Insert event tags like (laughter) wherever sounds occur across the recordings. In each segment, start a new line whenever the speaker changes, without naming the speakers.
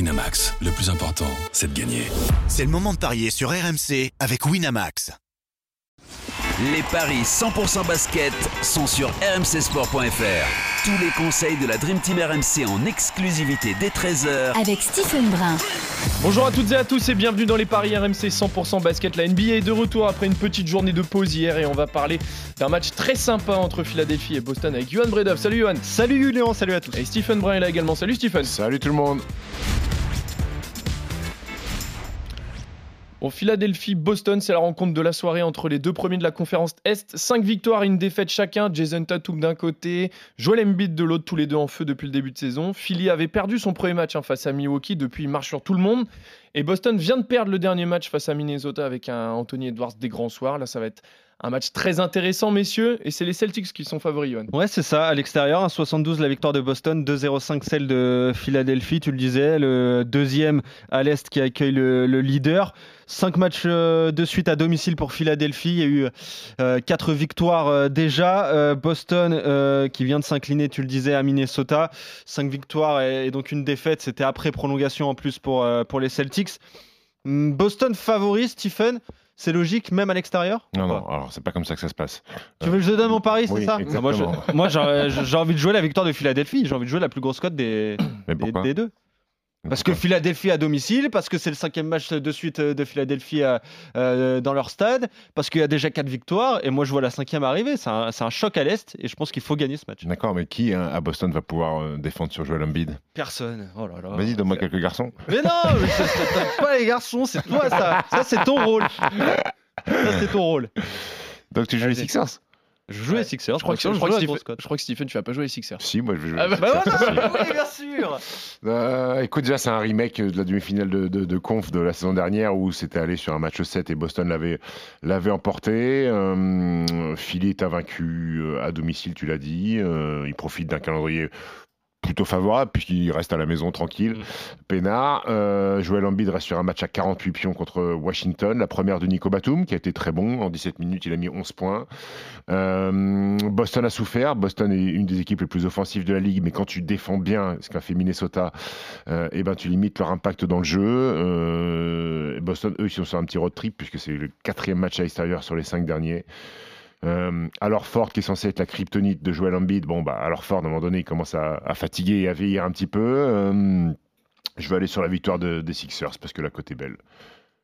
Winamax, le plus important, c'est de gagner.
C'est le moment de parier sur RMC avec Winamax.
Les paris 100% basket sont sur rmcsport.fr. Tous les conseils de la Dream Team RMC en exclusivité dès 13h
avec Stephen Brun.
Bonjour à toutes et à tous et bienvenue dans les paris RMC 100% basket. La NBA est de retour après une petite journée de pause hier et on va parler d'un match très sympa entre Philadelphie et Boston avec Johan Bredov. Salut Johan.
Salut Léon, salut à tous.
Et Stephen Brun est là également. Salut Stephen.
Salut tout le monde.
Bon, Philadelphie-Boston, c'est la rencontre de la soirée entre les deux premiers de la conférence Est. Cinq victoires et une défaite chacun. Jason Tatum d'un côté, Joel Embiid de l'autre, tous les deux en feu depuis le début de saison. Philly avait perdu son premier match hein, face à Milwaukee, depuis il marche sur tout le monde. Et Boston vient de perdre le dernier match face à Minnesota avec un Anthony Edwards des grands soirs. Là, ça va être un match très intéressant, messieurs, et c'est les Celtics qui sont favoris, Yohan.
Ouais, c'est ça. À l'extérieur, 1,72 la victoire de Boston, 2,05 celle de Philadelphie, tu le disais. Le deuxième à l'Est qui accueille le, le leader. Cinq matchs euh, de suite à domicile pour Philadelphie. Il y a eu euh, quatre victoires euh, déjà. Euh, Boston euh, qui vient de s'incliner, tu le disais, à Minnesota. Cinq victoires et, et donc une défaite. C'était après prolongation en plus pour, euh, pour les Celtics. Hmm, Boston favori, Stephen c'est logique, même à l'extérieur
Non, non, alors c'est pas comme ça que ça se passe.
Tu veux que je donne mon pari, c'est
oui,
ça
exactement.
Moi, je- moi, j'ai j'ai envie de jouer la victoire de Philadelphie. J'ai envie de jouer la plus grosse cote des,
Mais
des,
pourquoi
des deux. Parce que Philadelphie à domicile, parce que c'est le cinquième match de suite euh, de Philadelphie euh, euh, dans leur stade, parce qu'il y a déjà quatre victoires, et moi je vois la cinquième arriver. C'est un, c'est un choc à l'Est, et je pense qu'il faut gagner ce match.
D'accord, mais qui hein, à Boston va pouvoir euh, défendre sur Joel Embiid
Personne. Oh là là.
Ah, Vas-y, donne-moi quelques garçons.
Mais non, mais ça, ça tape pas les garçons, c'est toi ça. Ça c'est ton rôle. Ça c'est ton rôle.
Donc tu joues les
Vas-y.
Sixers
Je joue les Sixers,
Je crois, que,
Bah, je
je crois
joue
que
la
Stephen,
grosse cote.
je crois que Stephen, tu vas pas jouer les Sixers.
Si, moi je vais jouer.
Ah
les
bah
Sixers, si.
oui, bien sûr.
Euh, écoute, déjà, c'est un remake de la demi-finale de, de- de conf de la saison dernière où c'était allé sur un match 7 et Boston l'avait, l'avait emporté. Euh, Philly est invaincu euh, à domicile, tu l'as dit. Euh, il profite d'un calendrier plutôt favorable puisqu'il reste à la maison tranquille, peinard. Euh, Joel Embiid reste sur un match à 48 pions contre Washington. La première de Nico Batum qui a été très bon. En 17 minutes, il a mis 11 points. Euh, Boston a souffert. Boston est une des équipes les plus offensives de la ligue, mais quand tu défends bien, ce qu'a fait Minnesota, euh, eh ben tu limites leur impact dans le jeu. Euh, Boston, eux, ils sont sur un petit road trip puisque c'est le quatrième match à l'extérieur sur les cinq derniers. Euh, alors Ford, qui est censé être la kryptonite de Joel Embiid, bon bah alors Ford, à un moment donné, il commence à, à fatiguer et à vieillir un petit peu. Euh, je vais aller sur la victoire de- des Sixers parce que la cote est belle.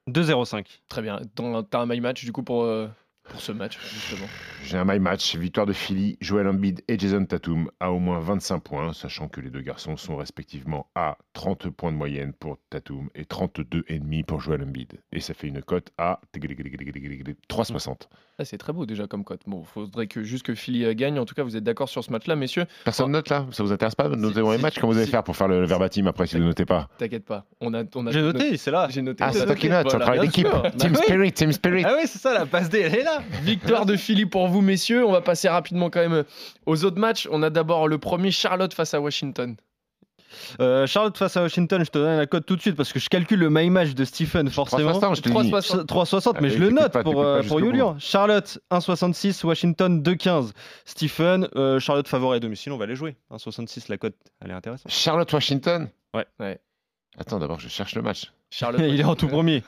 2-0-5.
Très bien. T'en- T'as un my match du coup pour, euh, pour ce match, justement.
J'ai un my match, victoire de Philly, Joel Embiid et Jason Tatum à au moins 25 points, sachant que les deux garçons sont respectivement à 30 points de moyenne pour Tatum et 32,5 pour Joel Embiid. Et ça fait une cote à 3,60.
Ah, c'est très beau déjà comme cote. Bon, faudrait que juste que Philly euh, gagne. En tout cas, vous êtes d'accord sur ce match-là, messieurs
Personne note là Ça vous intéresse pas de noter les matchs Comment vous allez
si-
faire pour faire le, le verbatim après si vous ne notez pas
T'inquiète pas. On a, on a
J'ai noté, c'est là.
J'ai noté.
Ah, c'est toi qui notes, c'est un
Voilà,
travail
bien
d'équipe.
sûr.
Team
Bah oui.
Spirit, Team Spirit.
Ah oui, c'est ça, la passe D, elle est
(laughs)
là.
Victoire de Philly pour vous, messieurs. On va passer rapidement quand même aux autres matchs. On a d'abord le premier Charlotte face à Washington.
Euh, Charlotte face à Washington, je te donne la cote tout de suite parce que je calcule le my match de Stephen forcément.
3,60, je te le dis.
3,60.
3,60, mais je
Ah, mais
le
t'écoutes
note
pas,
pour,
t'écoutes
euh,
pas
pour
jusqu'au
Julian. Charlotte, 1,66, Washington, 2,15. Stephen, euh, Charlotte favori à domicile, on va les jouer. 1,66, la cote, elle est intéressante.
Charlotte Washington
Ouais.
Ouais.
Attends, d'abord, je cherche le match.
Charlotte.
(laughs) Il est en tout
(laughs)
premier.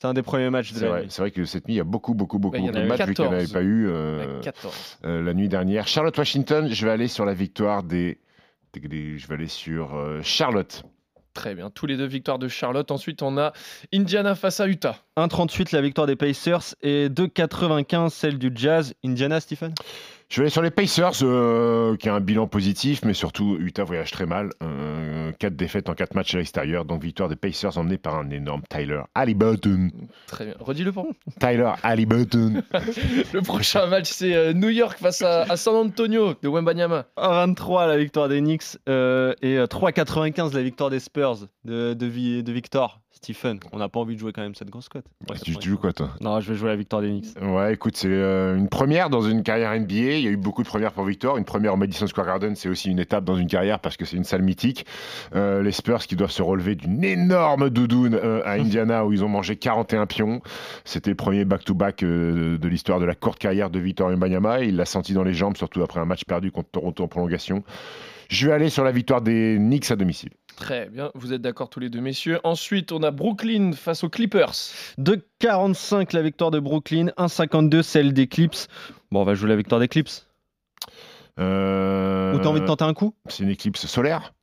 C'est un des premiers matchs de
C'est
la
vrai,
nuit.
c'est vrai que cette nuit, il y a beaucoup, beaucoup, beaucoup,
Ouais, Bah, il y en
beaucoup
a eu
de matchs vu qu'il n'y en avait
14.
pas eu.
Washington,
euh,
à 14.
euh, la nuit dernière. Charlotte Washington, je vais aller sur la victoire des. Je vais aller sur euh, Charlotte.
Très bien. Tous les deux victoires de Charlotte. Ensuite, on a Indiana face à Utah.
1,38 la victoire des Pacers et 2,95 celle du Jazz. Indiana, Stephen
Je vais aller sur les Pacers, euh, qui a un bilan positif, mais surtout Utah voyage très mal. 4 quatre défaites en quatre matchs à l'extérieur, donc victoire des Pacers emmenée par un énorme Tyler Halliburton.
Très bien. Redis-le pour moi.
Tyler Halliburton.
Le prochain match, c'est euh, New York face à, à San Antonio de Wembanyama.
1,23 la victoire des Knicks euh, et euh, 3,95 la victoire des Spurs de, de, Vi- de Victor. Stephen, on n'a pas envie de jouer quand même cette grosse cote.
tu, tu joues quoi toi
Non, je vais jouer la victoire des Knicks.
Ouais, écoute, c'est euh, une première dans une carrière NBA. Il y a eu beaucoup de premières pour Victor. Une première au Madison Square Garden, c'est aussi une étape dans une carrière parce que c'est une salle mythique. Euh, les Spurs qui doivent se relever d'une énorme doudoune euh,
(laughs)
à Indiana où ils ont mangé 41 pions. C'était le premier back-to-back euh, de l'histoire de la courte carrière de Victor Wembanyama. Il l'a senti dans les jambes, surtout après un match perdu contre Toronto en prolongation. Je vais aller sur la victoire des Knicks à domicile.
Très bien, vous êtes d'accord tous les deux, messieurs. Ensuite, on a Brooklyn face aux Clippers.
2,45 la victoire de Brooklyn, 1,52 celle des Clips. Bon, on va jouer la victoire des Clips.
Euh,
Ou t'as envie de tenter un coup
C'est une éclipse solaire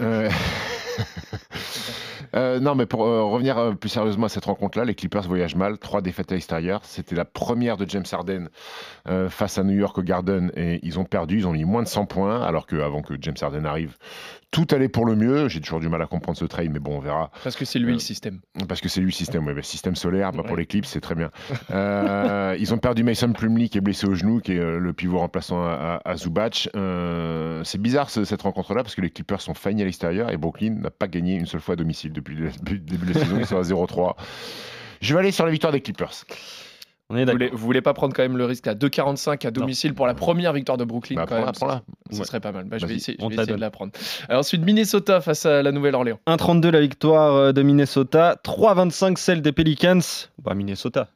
Euh, (laughs) euh, non, mais pour euh, revenir euh, plus sérieusement à cette rencontre-là, les Clippers voyagent mal. Trois défaites à l'extérieur. C'était la première de James Harden euh, face à New York au Garden et ils ont perdu. Ils ont mis moins de 100 points, alors qu'avant que James Harden arrive, tout allait pour le mieux. J'ai toujours du mal à comprendre ce trade, mais bon, on verra.
Parce que c'est lui
Euh,
le système.
Parce que c'est lui le système, ouais, bah, système solaire, bah, pour
Ouais.
les clips, c'est très bien. Euh, ils ont perdu Mason Plumlee qui est blessé au genou, qui est euh, le pivot remplaçant à, à- à Zubac. Euh, c'est bizarre ce- cette rencontre-là parce que les Clippers sont faillis à l'extérieur et Brooklyn n'a pas gagné une seule fois à domicile depuis le depuis le début de la saison. Ils sont à 0-3. Je vais aller sur la victoire des Clippers.
On est
Vous
d'accord.
voulez, vous voulez pas prendre quand même le risque à 2,45 à domicile pour la première victoire de Brooklyn
Bah,
quand
prends-la,
même, ça-
prends-la.
Ce
Ouais.
serait pas mal. Bah, je vais
Vas-y,
essayer, je
on
vais
te la
essayer de
donne.
la prendre. Alors, ensuite, Minnesota face à la Nouvelle-Orléans.
1,32 la victoire euh, de Minnesota, 3,25 celle des Pelicans. Bah, Minnesota.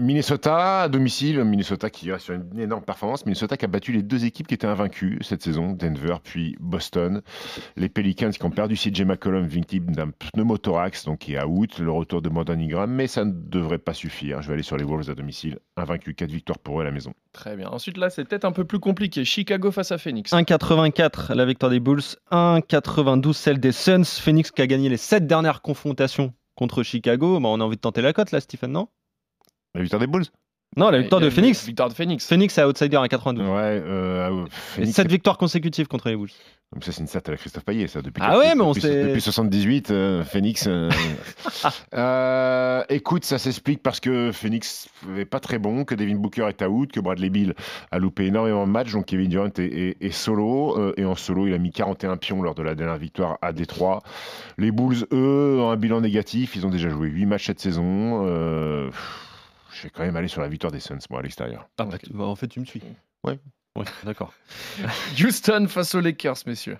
Minnesota à domicile, Minnesota qui reste sur une énorme performance, Minnesota qui a battu les deux équipes qui étaient invaincues cette saison, Denver puis Boston, les Pelicans qui ont perdu CJ McCollum victime d'un pneumothorax donc qui est out, le retour de Brandon Ingram, mais ça ne devrait pas suffire. Je vais aller sur les Wolves à domicile, invaincus, 4 victoires pour eux à la maison.
Très bien. Ensuite, là, c'est peut-être un peu plus compliqué. Chicago face à Phoenix.
1,84 la victoire des Bulls, 1,92 celle des Suns. Phoenix qui a gagné les 7 dernières confrontations contre Chicago. Bah, on a envie de tenter la cote là, Stephen, non
La victoire des Bulls
Non, la victoire
Et-
de
et-
Phoenix.
Victoire de Phoenix.
Phoenix est outsider à 92.
Ouais, euh,
Et
Phoenix,
7 victoires consécutives contre les Bulls.
Donc ça, c'est une stat à la Christophe Payet, ça, depuis,
Ah ouais, mais on
depuis,
s'est-
depuis 78, euh, Phoenix.
(laughs)
euh, euh, écoute, ça s'explique parce que Phoenix n'est pas très bon, que Devin Booker est out, que Bradley Bill a loupé énormément de matchs, donc Kevin Durant est, est- est solo, euh, et en solo, il a mis 41 pions lors de la dernière victoire à Détroit. Les Bulls, eux, ont un bilan négatif, ils ont déjà joué 8 matchs cette saison. euh, pff, je vais quand même aller sur la victoire des Suns, moi, à l'extérieur.
Ah bah, tu- bah, en fait, tu me suis.
Ouais.
Ouais, d'accord.
Houston face aux Lakers, messieurs.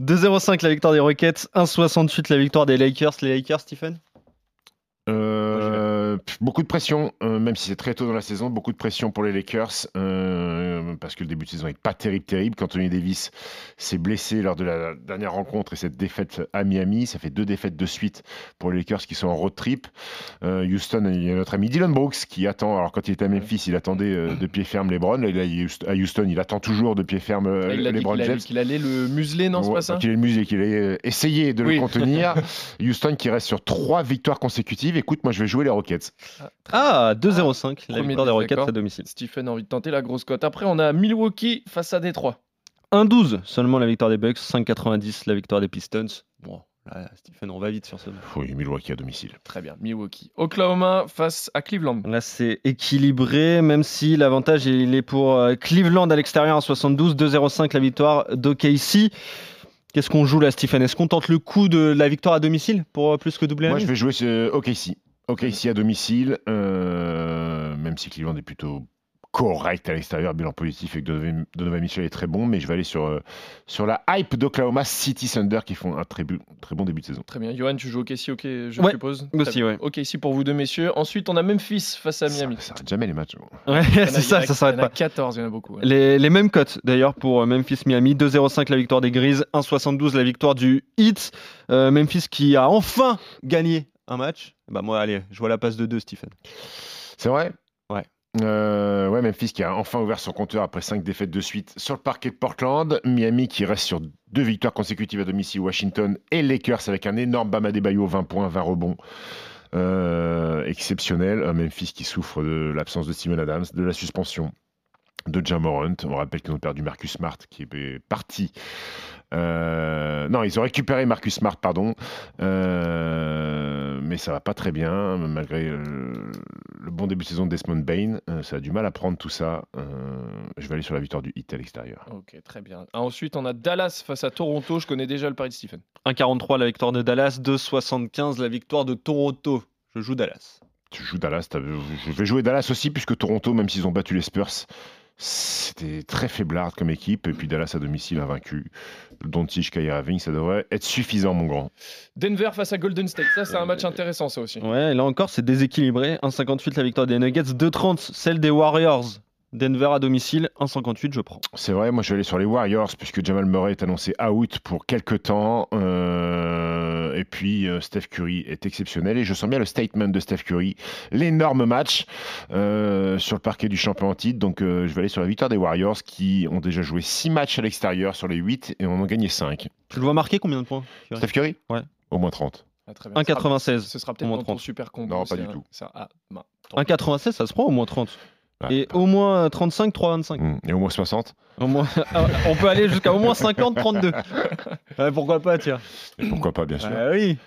2,05 la victoire des Rockets, 1,68 la victoire des Lakers. Les Lakers, Stephen
Euh, pff, beaucoup de pression, euh, même si c'est très tôt dans la saison, beaucoup de pression pour les Lakers, euh, parce que le début de saison n'est pas terrible, terrible. Quand Anthony Davis s'est blessé lors de la dernière rencontre et cette défaite à Miami, ça fait deux défaites de suite pour les Lakers qui sont en road trip. Euh, Houston, il y a notre ami Dylan Brooks qui attend, alors quand il était à Memphis, il attendait euh, de pied ferme les Browns, là il est à Houston, il attend toujours de pied ferme euh,
Là, il a
les
dit
Browns
qu'il allait,
James.
qu'il allait le museler, non, c'est
Ouais,
pas ça
Qu'il ait le musée, qu'il ait euh, essayé de
Oui. (laughs)
le contenir. Houston qui reste sur trois victoires consécutives. Écoute, moi je vais jouer les Rockets.
Ah, 2,05 la
Premier
victoire des Rockets
désaccord.
à domicile.
Stephen a envie de tenter la grosse cote. Après, on a Milwaukee face à Détroit.
1,12 seulement la victoire des Bucks, 5,90 la victoire des Pistons. Bon, là, Stephen, on va vite sur ce match.
Oui, Milwaukee à domicile.
Très bien, Milwaukee. Oklahoma face à Cleveland.
Là, c'est équilibré, même si l'avantage il est pour euh, Cleveland à l'extérieur en 72, 2,05 la victoire d'OKC. Qu'est-ce qu'on joue là, Stephen Est-ce qu'on tente le coup de la victoire à domicile pour euh, plus que doubler la
Moi je
mise
vais jouer euh, OKC. OKC à domicile, euh, même si Cleveland est plutôt correct à l'extérieur, bilan positif et que Donovan Donovan Mitchell est très bon, mais je vais aller sur, euh, sur la hype d'Oklahoma City Thunder qui font un très, bu- très bon début de saison.
Très bien. Johan, tu joues OKC, ok, je
Ouais,
suppose
aussi,
Très bien.
ouais.
OKC pour vous deux, messieurs. Ensuite, on a Memphis face à
Ça
(laughs)
Miami.
ça s'arrête jamais les matchs.
Ouais, (laughs)
Il y en a- il y
c'est
en
ça,
a-
ça s'arrête
Il y en a
pas.
14, il y en a beaucoup. ouais.
Les, les mêmes cotes d'ailleurs pour euh, Memphis-Miami, 2,05 la victoire des Grises, 1,72 la victoire du Heat. Euh, Memphis qui a enfin gagné un match. Bah moi, allez, je vois la passe de 2, Stephen.
C'est vrai
Ouais.
Euh, ouais, Memphis qui a enfin ouvert son compteur après cinq défaites de suite sur le parquet de Portland. Miami qui reste sur deux victoires consécutives à domicile, Washington et Lakers avec un énorme Bama Bayo, 20 points, 20 rebonds. Euh, exceptionnel. Un Memphis qui souffre de l'absence de Steven Adams, de la suspension de Jamorant. On rappelle qu'ils ont perdu Marcus Smart qui est parti. Euh, non, ils ont récupéré Marcus Smart, pardon. Euh, mais ça va pas très bien, malgré euh, le bon début de saison de Desmond Bain. Euh, ça a du mal à prendre tout ça. Euh, je vais aller sur la victoire du hit à l'extérieur.
Ok, très bien. Ah, ensuite, on a Dallas face à Toronto. Je connais déjà le pari de Stephen.
1,43 la victoire de Dallas, 2,75 la victoire de Toronto. Je joue Dallas.
Tu joues Dallas. t'as- Je vais jouer Dallas aussi, puisque Toronto, même s'ils ont battu les Spurs, c'était très faiblarde comme équipe. Et puis Dallas à domicile a vaincu. Dontich, Kyrie Irving, ça devrait être suffisant, mon grand.
Denver face à Golden State. Ça, c'est un match intéressant, ça aussi.
Ouais, et là encore, c'est déséquilibré. 1,58 la victoire des Nuggets, 2,30 celle des Warriors. Denver à domicile, 1,58, je prends.
C'est vrai, moi je suis allé sur les Warriors puisque Jamal Murray est annoncé out pour quelques temps. Euh, et puis euh, Steph Curry est exceptionnel et je sens bien le statement de Steph Curry, l'énorme match euh, sur le parquet du champion en titre. Donc euh, je vais aller sur la victoire des Warriors qui ont déjà joué 6 matchs à l'extérieur sur les 8 et on en a gagné 5.
Tu le vois marquer combien de points
Steph Curry
Ouais.
Au moins 30.
Ah, très bien. Ce sera-
1,96.
Ce sera
Au
peut-être
moins
dans ton
30.
super combo.
Non, pas
c'est
du
un-
tout.
ça- ah, ben, tant pis.
1,96, ça se prend au moins 30.
Ouais.
Et au moins euh, 35, 3,25.
Mm. Et au moins 60.
Au moins... (laughs) Ah, on peut aller jusqu'à au moins 50, 32. (laughs) Ouais, pourquoi pas, tiens.
Et pourquoi pas, bien sûr.
Ah oui.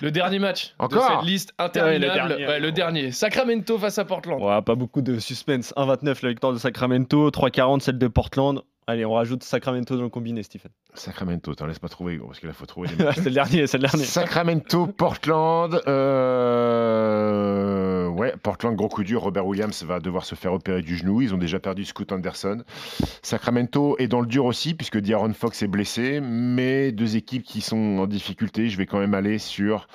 Le dernier match
Encore
de cette liste interminable.
Ouais, le dernier.
Ouais, le dernier. Sacramento face à Portland.
Ouais, pas beaucoup de suspense. 1,29 la victoire de Sacramento, 3,40 celle de Portland. Allez, on rajoute Sacramento dans le combiné, Stephen. (laughs)
Sacramento, t'en laisse pas trouver, gros, parce que là, faut trouver les
c'est le dernier, c'est le dernier.
Sacramento, Portland. euh, Ouais, Portland, gros coup dur. Robert Williams va devoir se faire opérer du genou. Ils ont déjà perdu Scoot Anderson. Sacramento est dans le dur aussi, puisque D'Aaron Fox est blessé. Mais deux équipes qui sont en difficulté. Je vais quand même aller sur,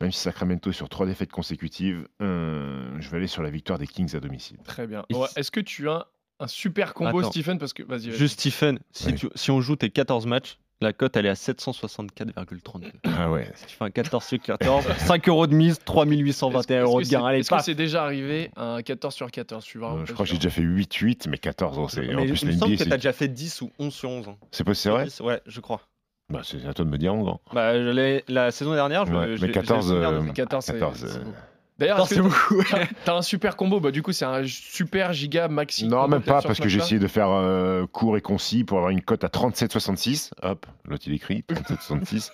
même si Sacramento est sur trois défaites consécutives, euh, je vais aller sur la victoire des Kings à domicile.
Très bien.
Il-
Ouais, Est-ce que tu as un super combo,
Attends.
Stephen Parce que vas-y. vas-y.
Juste, Stephen, si,
Oui.
tu- si on joue tes 14 matchs, la cote, elle est à 764,32. (laughs)
Ah ouais.
tu fais un 14 sur 14, 5 euros de mise,
Est-ce que-
3821
est-ce
euros
que
de gain.
c'est-
Allez,
Est-ce que
paf.
c'est déjà arrivé à un 14 sur 14 Tu vas
Euh, je crois que j'ai déjà fait 8-8, mais 14 ans. C'est... En
hein. Mais
plus,
il me
la
semble
NBA,
que
c'est...
t'as déjà fait 10 ou 11 sur 11. hein.
c'est pas- c'est vrai
10, Ouais, je crois.
bah, C'est à toi de me dire, mon grand.
Bah, je l'ai- la saison dernière, je
Ouais,
je-
mais
j'ai le
14,
souvenir de
euh,
ça.
14, c'est-
14,
c'est
euh,
beau. D'ailleurs,
Non,
est-ce
c'est
que
beaucoup.
t'as- t'as un super combo Bah du coup, c'est un super giga maxi.
Non,
combo
même
peut-être
pas,
sur
parce
ce
que j'ai
match-là.
essayé de faire euh, court et concis pour avoir une cote à 37,66. Hop, l'autre il (laughs) écrit 37,66.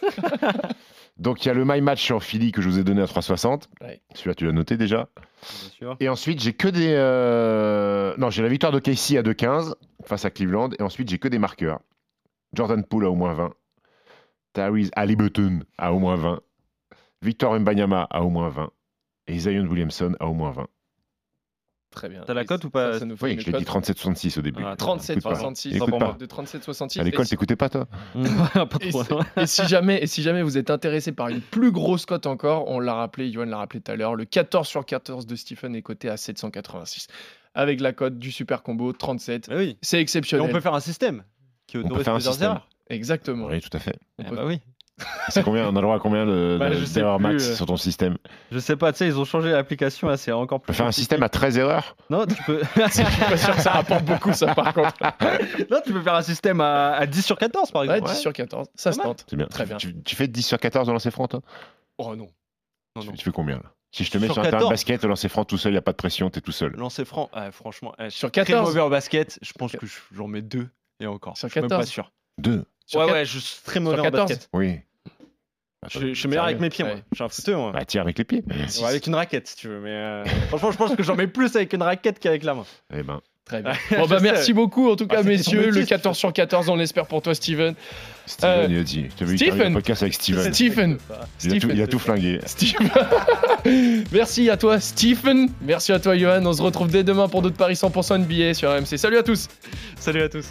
Donc il y a le My Match sur Philly que je vous ai donné à 3,60.
Ouais.
Celui-là, tu l'as noté déjà.
(laughs) Bien sûr. (laughs)
Et ensuite, j'ai que des. euh, Non, j'ai la victoire de Casey à 2,15 face à Cleveland. Et ensuite, j'ai que des marqueurs. Jordan Poole à au moins 20. Tyrese Halliburton à au moins 20. Victor Mbanyama à au moins 20. Et Zion Williamson à au moins 20.
Très bien.
T'as la
Et
cote
ça,
ou pas,
ça nous fait
Oui,
une
je l'ai dit
cote.
37,66 au début.
Ah,
37,66.
Écoute
Bon,
pas.
De 37,66.
À
Et
l'école,
si-
t'écoutais pas, toi
Pas trop, hein.
c'est-
non.
Et si jamais, et si jamais vous êtes intéressé par une plus grosse cote encore, on l'a rappelé, Johan l'a rappelé tout à l'heure, le 14 sur 14 de Stephen est coté à 786 avec la cote du super combo 37.
Mais Bah oui.
C'est
Et
exceptionnel.
on peut faire un système qui
peut
autorise
faire un
plusieurs
système.
erreurs.
Exactement.
Oui, tout à fait.
On
Eh
peut-
bah oui.
C'est combien On a le droit à combien de-
Bah,
de-
je sais
d'erreurs
plus,
max
euh.
sur ton système On
Je sais pas, tu sais, ils ont changé l'application, là, c'est encore
peut
plus.
faire un système à 13 erreurs
Non, tu
(laughs)
peux,
Je suis pas sûr que ça rapporte beaucoup, ça, par contre.
non, tu peux faire un système à, à 10 sur 14, par
Ouais,
exemple.
10 sur 14, ça
Pas
se
mal.
tente.
C'est bien.
Très bien.
Tu, tu fais 10 sur 14 de lancer franc, toi
Oh non.
Non,
tu,
non.
tu fais combien là Si je te mets
Sur
sur, un terrain de
14.
basket, au lancer franc tout seul, il n'y a pas de pression, t'es tout seul.
Lancer franc, ah, franchement, eh, je suis
Sur
très
14.
mauvais en basket. Je pense que je- j'en mets deux et encore.
Sur
je suis même
14.
pas sûr.
Deux
Sur
ouais,
quat-
ouais, je suis très
sur
mauvais en
14.
basket.
Oui.
Je, je suis meilleur avec mes pieds,
Ouais.
moi. Je suis un fouteux, moi.
Bah, tire avec les pieds.
Ou avec une raquette, si tu veux. Mais euh, (laughs) franchement, je pense que j'en mets plus avec une raquette qu'avec la main.
Eh ben,
Très bien.
(laughs) Je
Bon, bah,
sais.
merci beaucoup, en tout
Ah,
cas,
c'était
messieurs.
ton métier,
Le 14 sur 14, on l'espère pour toi, Steven. Euh,
Steven, il a dit. Je t'avais vu faire
Stephen.
un podcast avec Steven.
Stephen.
Il a tout,
Stephen.
il a tout flingué.
Steve. (laughs) merci à toi, Stephen. Merci à toi, Johan. On se retrouve dès demain pour d'autres paris 100% NBA sur AMC. Salut à tous.
Salut à tous.